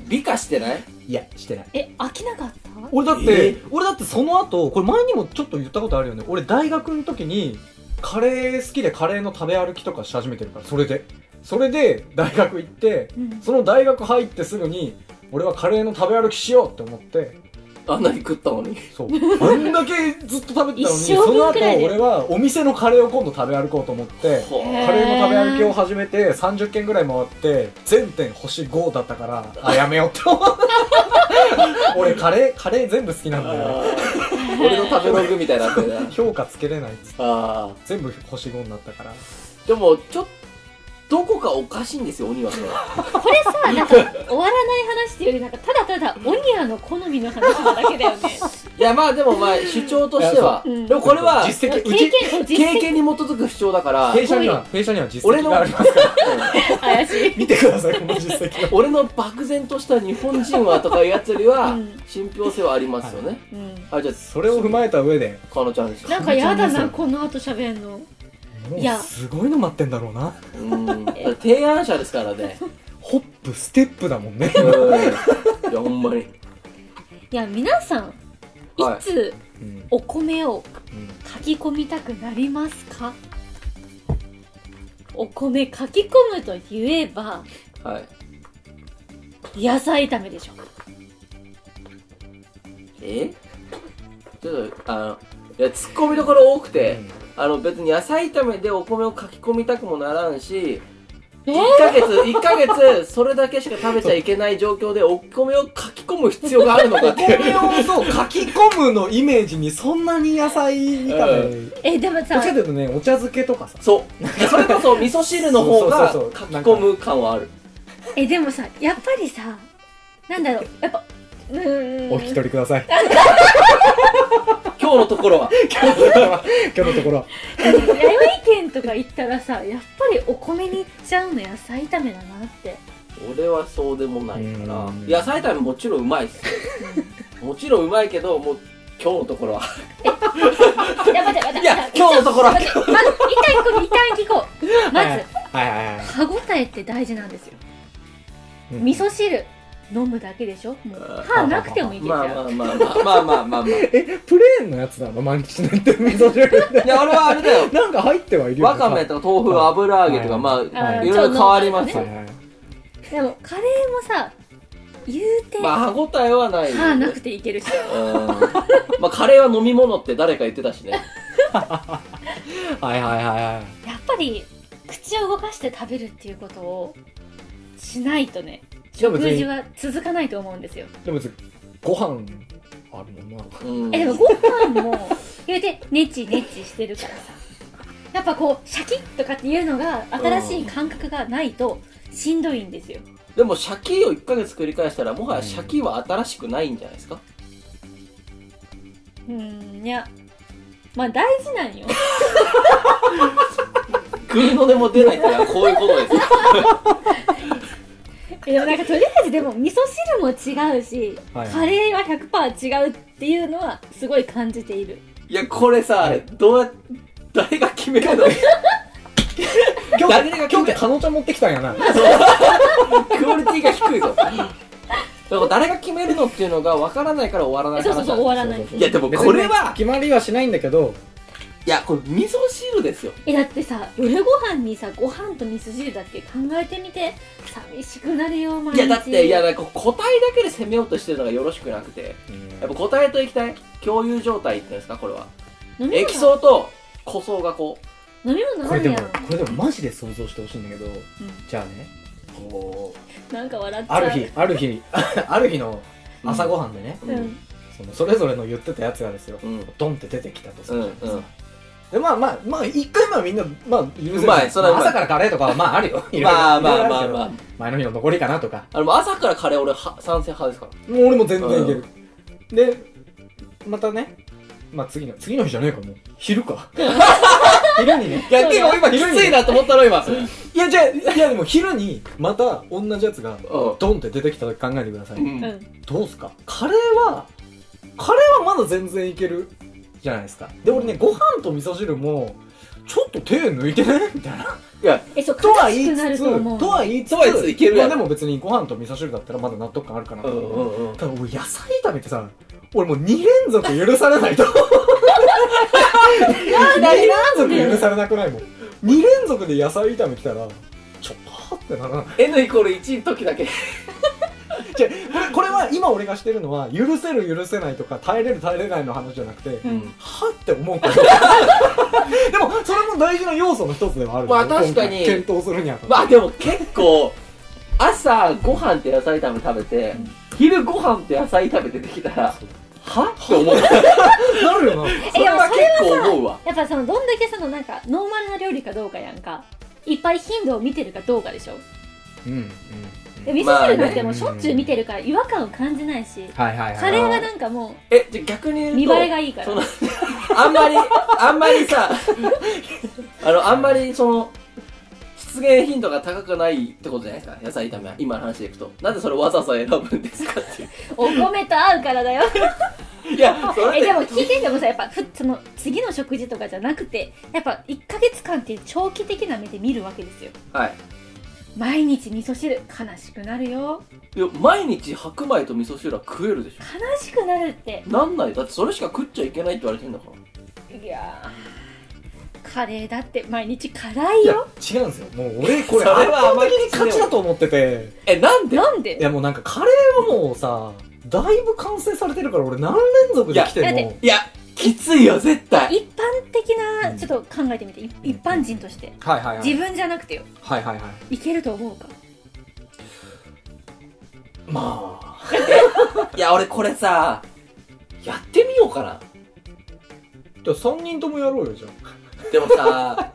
美化してないいやしてないえ飽きなかった俺だって、え俺だってその後これ前にもちょっと言ったことあるよね俺大学の時にカレー好きでカレーの食べ歩きとかし始めてるからそれでそれで大学行ってうんその大学入ってすぐに俺はカレーの食べ歩きしようって思ってあんなに食ったのにそうあんだけずっと食べてたのに一生その分後くらいで俺はお店のカレーを今度食べ歩こうと思ってほうへーカレーの食べ歩きを始めて30軒ぐらい回って全店星5だったからあやめようって思った 俺カレーカレー全部好きなんだよ 俺の食べログみたいになってるな評価つけれないっつってあ全部星5になったからーでもちょっとどこかおかしいんですよ鬼はそれこれさなんか終わらない話っていうよりなんかただただオニアの好みの話なだけだよね いやまあでもまあ主張としては、いやそううんでもこれは実績経うち験経を実績験に基づく主張だから弊社には弊社には実俺績のがありますから怪しい見てくださいこの実績は俺の漠然とした日本人はとかいうやつよりはうん信憑性はありますよね、うんあじゃあそれを踏まえた上でかのちゃんですかなんかやだなこの後喋んのもいやうすごいの待ってんだろうなうん提案者ですからねホップステップだもん ねうんいやほんまにいや皆さんいはいつうんお米をうん書き込みたくなりますかお米書き込むと言えばはい野菜炒めでしょえちょっと、あの、いや、突っ込みどころ多くて、うんあの、別に野菜炒めでお米をかき込みたくもならんし、え1ヶ月、一ヶ月、それだけしか食べちゃいけない状況で、お米をかき込む必要があるのか って。をそう書き込むのイメージにそんなに野菜炒め、どっえ、でもさち、かというとねお茶漬けとかさそう。それこそ、味噌汁の方が、かそうそうきそう込む感はある。え、でもさ、やっぱりさ、なんだろう、やっぱ、うーん。お引き取りください今日のところは。 今日のところ弥生県とか行ったらさ、やっぱりお米に行っちゃうの野菜炒めだなって。俺はそうでもないからうん野菜炒めもちろんうまいっすよもちろんうまいけどもう今日のところはいや、待って待って待って。い や今日のところは待ってまず、一旦聞こう、一旦聞こう。まず、 はいはいはい歯ごたえって大事なんですよ。うん味噌汁、飲むだけでしょもう、歯なくてもいけちまあゃまう。あまあまあまあまあまあまあいえプレーンのやつなの満吉なんて味噌汁 でや俺はあれだよなんか入ってはいるよわねかめと豆腐油揚げとかまああーいろいろ変わりますちょはよいはいでも、カレーもさ、言うて、まあ歯ごたえはないよ歯なくていけるし。うんまあカレーは飲み物って誰か言ってたしねはいはいはいはいやっぱり口を動かして食べるっていうことをしないとねでも食別事には続かないと思うんですよ、でも別にご飯あるも んなうんえでもご飯も言うてネチネチしてるからさやっぱこうシャキッとかっていうのが新しい感覚がないとしんどいんですよでもシャキを1ヶ月繰り返したらもはやシャキは新しくないんじゃないですかうんいやまあ大事なんよ食いのでも出ないってのはこういうことですよえでもなんかとりあえずでも味噌汁も違うし、はいカレーは100%違うっていうのはすごい感じている いや、これさ、どうや、誰が決めるの今誰が日今日ってカノちゃん持ってきたんやな クオリティが低いぞ。でも誰が決めるのっていうのが分からないから終わらないそう話そうだそう終わらないそうそうそういや、でもこれは、決まりはしないんだけどいや、これ味噌汁ですよ。えだってさ夜ご飯にさご飯と味噌汁だっけ考えてみて寂しくなるよ毎い日や、だって、いや、なんか答えだけで攻めようとしてるのがよろしくなくて、やっぱ答えと液体、共有状態っていうんですか、これは。飲み物液層と個層がこ飲み物こあれるでやもんこれでもマジで想像してほしいんだけど、じゃあねう、こなんか笑っちゃうある日ある 日ある日の朝ごはんでね、う、うん、うん、そのそれぞれの言ってたやつがですよ、うん、ドンって出てきたとさ、うん、でまあまあまあ一回まあみんなまあ許せるうまいそれはうまい朝からカレーとかはまああるようん。 まあまあまあまああ。前の日の残りかなとかあの、朝からカレー俺は賛成派ですから。もう俺も全然いける、でまたねまあ次の次の日じゃねえかもう昼か昼にねいや、結構今きついなと思ったの、今。いやじゃあいやでも昼にまた同じやつがドンって出てきた時考えてください、うんどうすかカレーはカレーはまだ全然いけるじゃないですかで俺ねご飯と味噌汁もちょっと手抜いてねみたい なえそうとは悲し言くいなつるつと思うとは言いつつとはいついけるやろまあでも別にご飯と味噌汁だったらまだ納得感あるかなとう思んうんうん。ただ俺野菜炒めってさ俺もう2連続許されないと2連続許されなくないもん2連続で野菜炒め来たらちょっとはってならない N イコール1の時だけ。じゃあこれこれは今俺がしてるのは許せる許せないとか耐えれる耐えれないの話じゃなくてうんはって思うからでもそれも大事な要素の一つではあるよまあ確かに今回検討するにあたってまあでも結構、朝ご飯って野菜炒め食べて、昼ご飯って野菜炒め出てきたら、はって思う。なるよなそれは結構思うわ。やっぱそのどんだけそのなんかノーマルな料理かどうかやんかいっぱい頻度を見てるかどうかでしょうんうんで味噌汁なんてもうしょっちゅう見てるから違和感を感じないし、はいはいカレーはなんかもえ、じゃあ逆にう言うと、見栄えがいいからその、あんまり、あんまりさ、あの、あんまりその、出現頻度が高くないってことじゃないですか、野菜炒めは。今の話でいくと。なんでそれわざわざ選ぶんですかっていう。お米と合うか らだよいや、それえってでも聞いててもさやっぱふその次の食事とかじゃなくてやっぱ1ヶ月間っていう長期的な目で見るわけですよはい。毎日味噌汁悲しくなるよいや、毎日白米と味噌汁は食えるでしょ。悲しくなるってなんないだってそれしか食っちゃいけないって言われてんだからいやーカレーだって毎日辛いいやよ違うんですよもう俺これそれ圧はあ倒まり的に勝ちだと思っててえなんでなんいでやもうなんかカレーはもうさだいぶ完成されてるから俺何連続で来ていやだっもいやきついよ絶対一般的なちょっと考えてみてい一般人としてはいはいはい自分じゃなくてよはいはいはいいけると思うかまあいや俺これさやってみようかなじゃあ3人ともやろうよじゃでもさ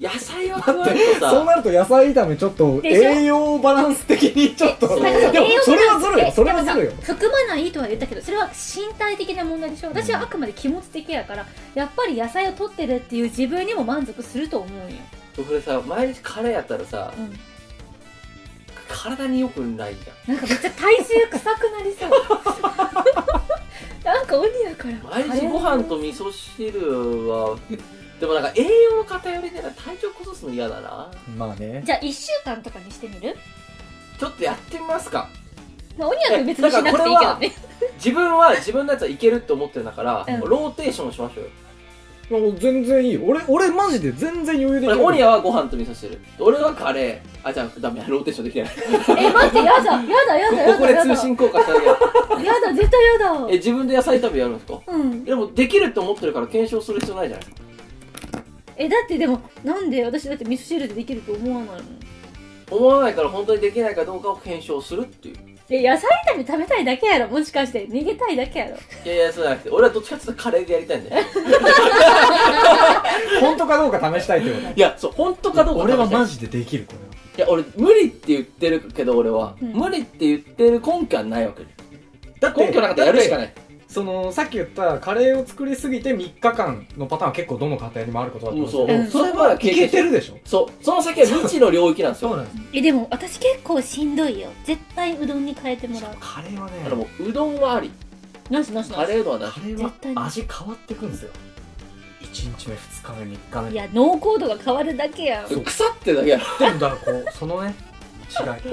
野菜は食わるとあ そうさなると野菜炒めちょっとでしょ栄養バランス的にちょっと でもえなんか栄養それはずるいえよそれはずるいよでもさ含まないとは言ったけどそれは身体的な問題でしょ私はあくまで気持ち的やからやっぱり野菜を取ってるっていう自分にも満足すると思うんよ、これさ毎日カレーやったらさうん、体に良くないじゃなんかめっちゃ体臭臭くな りそうなんか鬼やからん毎日ごカレー飯と味噌汁 はでもなんか栄養の偏りで体調崩すの嫌だなまあねじゃあ1週間とかにしてみるちょっとやってみますかまあ鬼やと別にしなくていいけどね自分は自分のやつはいけるって思ってるんだから、うんローテーションしましょうよもう全然いいよ俺俺マジで全然余裕でい俺けるオニアはご飯と味噌汁俺はカレーあじゃあダメローテーションできない え待ってやだやだやだやここだでやだ通信効果しただけだ やだ絶対やだえ自分で野菜食べやるんですかうんでもできるって思ってるから検証する必要ないじゃないですかえだってでもなんで私だって味噌汁でできると思わないの思わないから本当にできないかどうかを検証するっていうえ野菜炒め食べたいだけやろもしかして逃げたいだけやろいやいやそうじゃなくて俺はどっちかっていうとカレーでやりたいんだよ本当かどうか試したいってこと いやそう本当かどうか俺はマジジでできるこれはいや俺無理って言ってるけど俺は、うん無理って言ってる根拠はないわけだって根拠なかったらやるしかいないそのさっき言ったカレーを作りすぎて3日間のパターンは結構どの家庭にもあることだともう思そうう、うんそれはいけてるでしょそうその先は未知の領域なんですよなんですえでも私結構しんどいよ絶対うどんに変えてもらうカレーはねだからもううどんはありなしなしなカしレーうどんはなしカレー絶対には味変わってくんですよ1日目2日目3日い目や濃厚度が変わるだけやんそう腐ってるだけやろでもだからこうそのね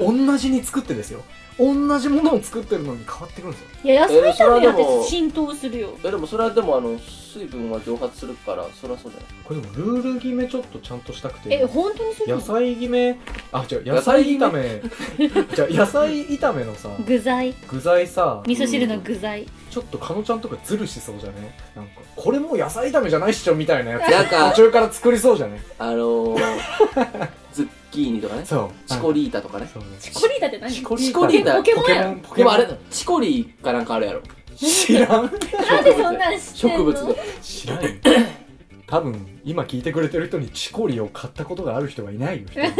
違 い同じに作ってですよ同じものを作ってるのに変わってくるんですよいや野えー菜それ炒はめでやっもて浸透するよえでもそれはでもあの水分は蒸発するからそれはそうじゃないこれでもルール決めちょっとちゃんとしたくてえ本当にする野の菜決めあ違う野野菜菜決め炒め じゃあ野菜炒めのさ具材具材さ味噌汁の具材ちょっとかのちゃんとかズルしそうじゃねなんかこれもう野菜炒めじゃないっしょみたいなやなんつか途中から作りそうじゃねあのー、ズッキーニとかねそうチコリリータとかねそうねチコリータって何チコチコリータポケモンやポケでモもンあれチコリーかなんかあるやろ知らんなんでそんなん知ってん植の物で知らんよ 多分今聞いてくれてる人にチコリを買ったことがある人はい ないよ一人もチ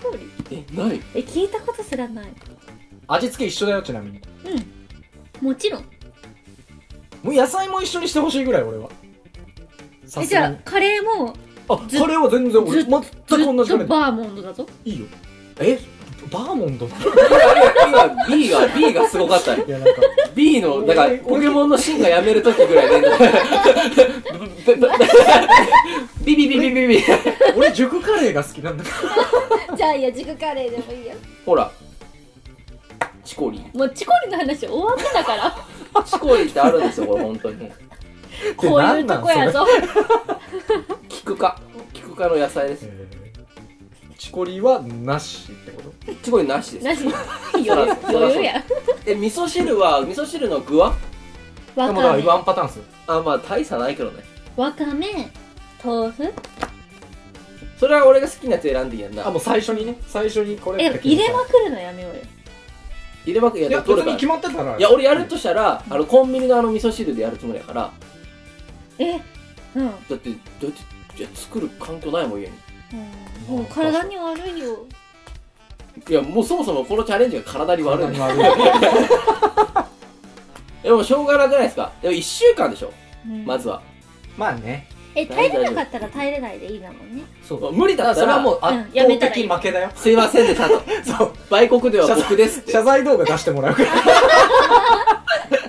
コリえないえ聞いたことすらない味付け一緒だよちなみにもちろんもう野菜も一緒にしてほしいぐらい俺はさえすじゃがあにカレーもあずカレーは全然俺ず全くず同じカレっとーバーモンドだぞいいよえバーモンドい今 B が B がすごかったねやなんか B のだからポケモンの進化やめるときぐらいで ビビビビビビ俺熟カレーが好きなんだけどじゃあいや軸カレーでもいいよほらチコリーもうチコリの話終わって たからチコリーってあるんですよこれ本当にてこういうとこやぞキク科キク科の野菜ですえーチコリはなしってことチコリーなしですなし余裕余裕やんえ味噌汁は味噌汁の具はでわもだかからめワンパターンっすよあまあ大差ないけどねわかめ豆腐それは俺が好きなやつ選んでいいやんなあもう最初にね最初にこれえって決入めたれまくるのやめようよ入れまくやいやっと別るかにら決まってたらいや俺やるとしたらあのコンビニのあの味噌汁でやるつもりやからえうんだってどうやっていや作る環境ないもん家にうんもう体に悪いよいやもうそもそもこのチャレンジが体に悪い体にね悪いでもしょうがなくないですかでも1週間でしょうんまずは、まあねえ耐えれなかったら耐えれないでいいなもんねそうまあ無理だったそれらはもう圧うんやめた倒らいい的負けだよすいませんでしたとそう売国では僕ですって謝罪動画出してもらうから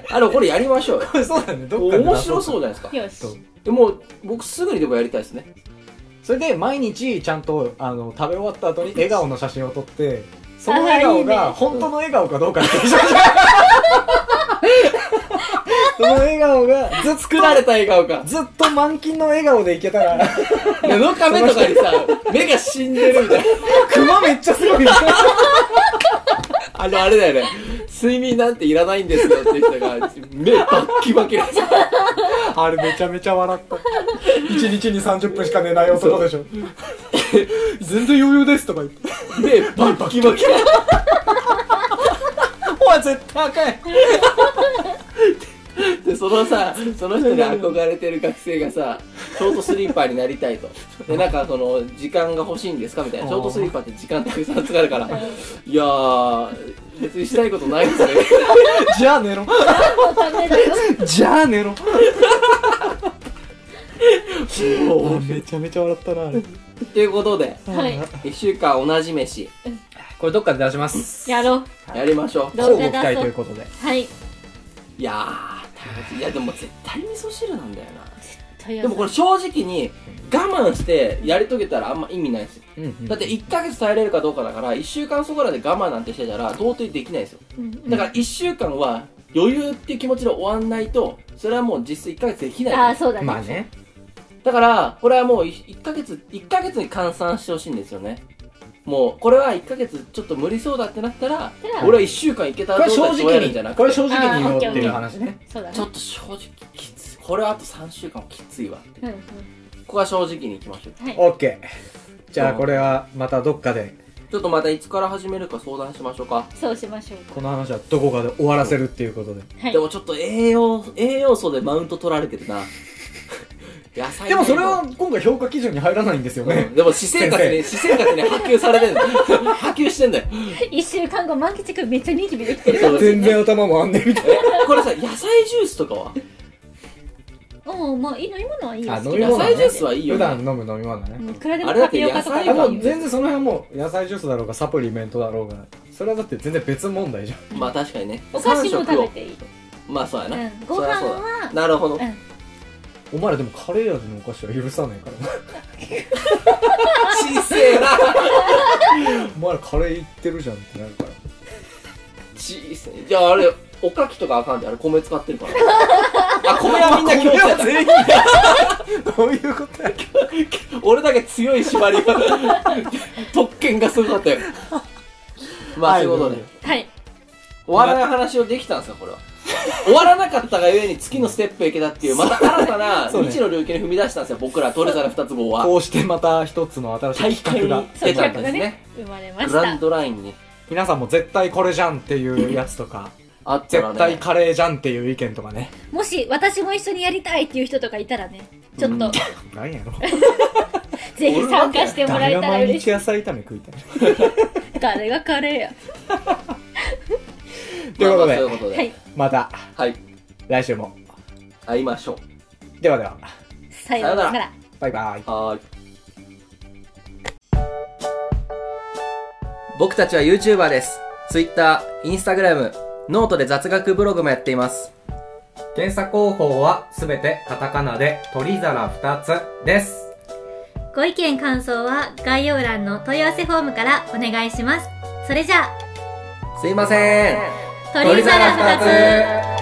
あのこれやりましょう よそうだねどっかで面白そううじゃないですかよしそうでもう僕すぐにでもやりたいですねそれで毎日ちゃんとあの食べ終わった後に笑顔の写真を撮ってその笑顔あーいいがね本当の笑顔かどうかっていう写 真その笑顔がずっと作られた笑顔がずっと満勤の笑顔でいけたら 7日目とかにさ目が死んでるみたいなクマめっちゃすごいよあのあれだよね睡眠なんていらないんですよって人が、目バッキバキなんですよあれめちゃめちゃ笑った。一日に30分しか寝ない男でしょ。全然余裕ですとか言って。目バッキバキ。お前絶対赤い。で、そのさ、その人に憧れてる学生がさ、ショートスリーパーになりたいと。で、なんかその、時間が欲しいんですかみたいな。ショートスリーパーって時間たくさん使うから、いやー、別にしたいことないですね。 じゃあ寝ろ。のため だよじゃあ寝ろ。おーめちゃめちゃ笑ったな、あれ。ということで、はい1週間同じ飯、これどっかで出します。やろうやりましょう。交互期待ということで。はいいやー楽しい、いやでも絶対味噌汁なんだよな。とりあでえずもこれ正直に、我慢してやり遂げたらあんま意味ないですよ。うんうんだって1ヶ月耐えれるかどうかだから、1週間そこらで我慢なんてしてたら、到底できないですよ。うんだから1週間は余裕っていう気持ちで終わんないと、それはもう実質1ヶ月できあなあい。そうだね、まあね。だから、これはもう1ヶ月、1ヶ月に換算してほしいんですよね。もう、これは1ヶ月ちょっと無理そうだってなったら、うん俺は1週間いけたこられど正うだってや直るんじゃなに、くて。これ正直に言おうってあーオッケーオッいケうー話ね。そうだねちょっと正直きつい。これあと3週間はきついわって。うんうんここは正直に行きましょう。はいオッケー。じゃあこれはまたどっかで、ちょっとまたいつから始めるか相談しましょうか。そうしましょうこの話はどこかで終わらせるっていうことで。はいでもちょっと栄養、栄養素でマウント取られてるな。 野菜でもそれは今回評価基準に入らないんですよねう。んでも私生活に、私生活に波及されてんだよ。 波及してんだよ。 一週間後満喫君めっちゃニキビできてるそう全然頭もあんねえみたいえこれさ、野菜ジュースとかはうんまあいい飲み物はいいよあ飲み野物菜ジュースはいいな。よ普段ね。飲む飲み物だうんね。いくらであもれだタっピてオ野カとか菜あもがう全然その辺はもう野菜ジュースだろうがサプリメントだろうが、それはだって全然別問題じゃん。まあ確かにね。お菓子三食も食をべていい、まあそうやうな。ん、ごそり飯ゃそうはだなるほど。お前らでもカレー味のお菓子は許さないからな。小せえな。お前ら カレーいってるじゃんってなるから。小せえ。じゃああれ、おかきとかあかんで、あれ米使ってるから。 あ、米はみんな強制だ。全員 どういうことや俺だけ強い縛 りが特権がすごかったよまあそういうことではい終わらない話をできたんですかこれは終わらなかったがゆえに次のステップへ行けたっていうまた新たな そうね未知の領域に踏み出したんですよ僕らトレザラ2つ号はこうしてまた一つの新大しい企画会にがそう出た企んですね画がね生まれましグラたンドラインに皆さんも絶対これじゃんっていうやつとかあったら絶対ねカレーじゃんっていう意見とかねもし私も一緒にやりたいっていう人とかいたらねちょっと、うんなんやろ ぜひ参加してもら誰えがたら毎嬉し日野菜炒め食いたいい誰がカレーやということまあまあそういうでことはでいまたはい来週も会いましょではではさようさようなならバイバイうはーい僕たちは YouTuber です。Twitter、Instagram、ノートで雑学ブログもやっています。検査方法はすべてカタカナで鳥皿2つです。ご意見感想は概要欄の問い合わせフォームからお願いします。それじゃあ、すいません。鳥皿2つ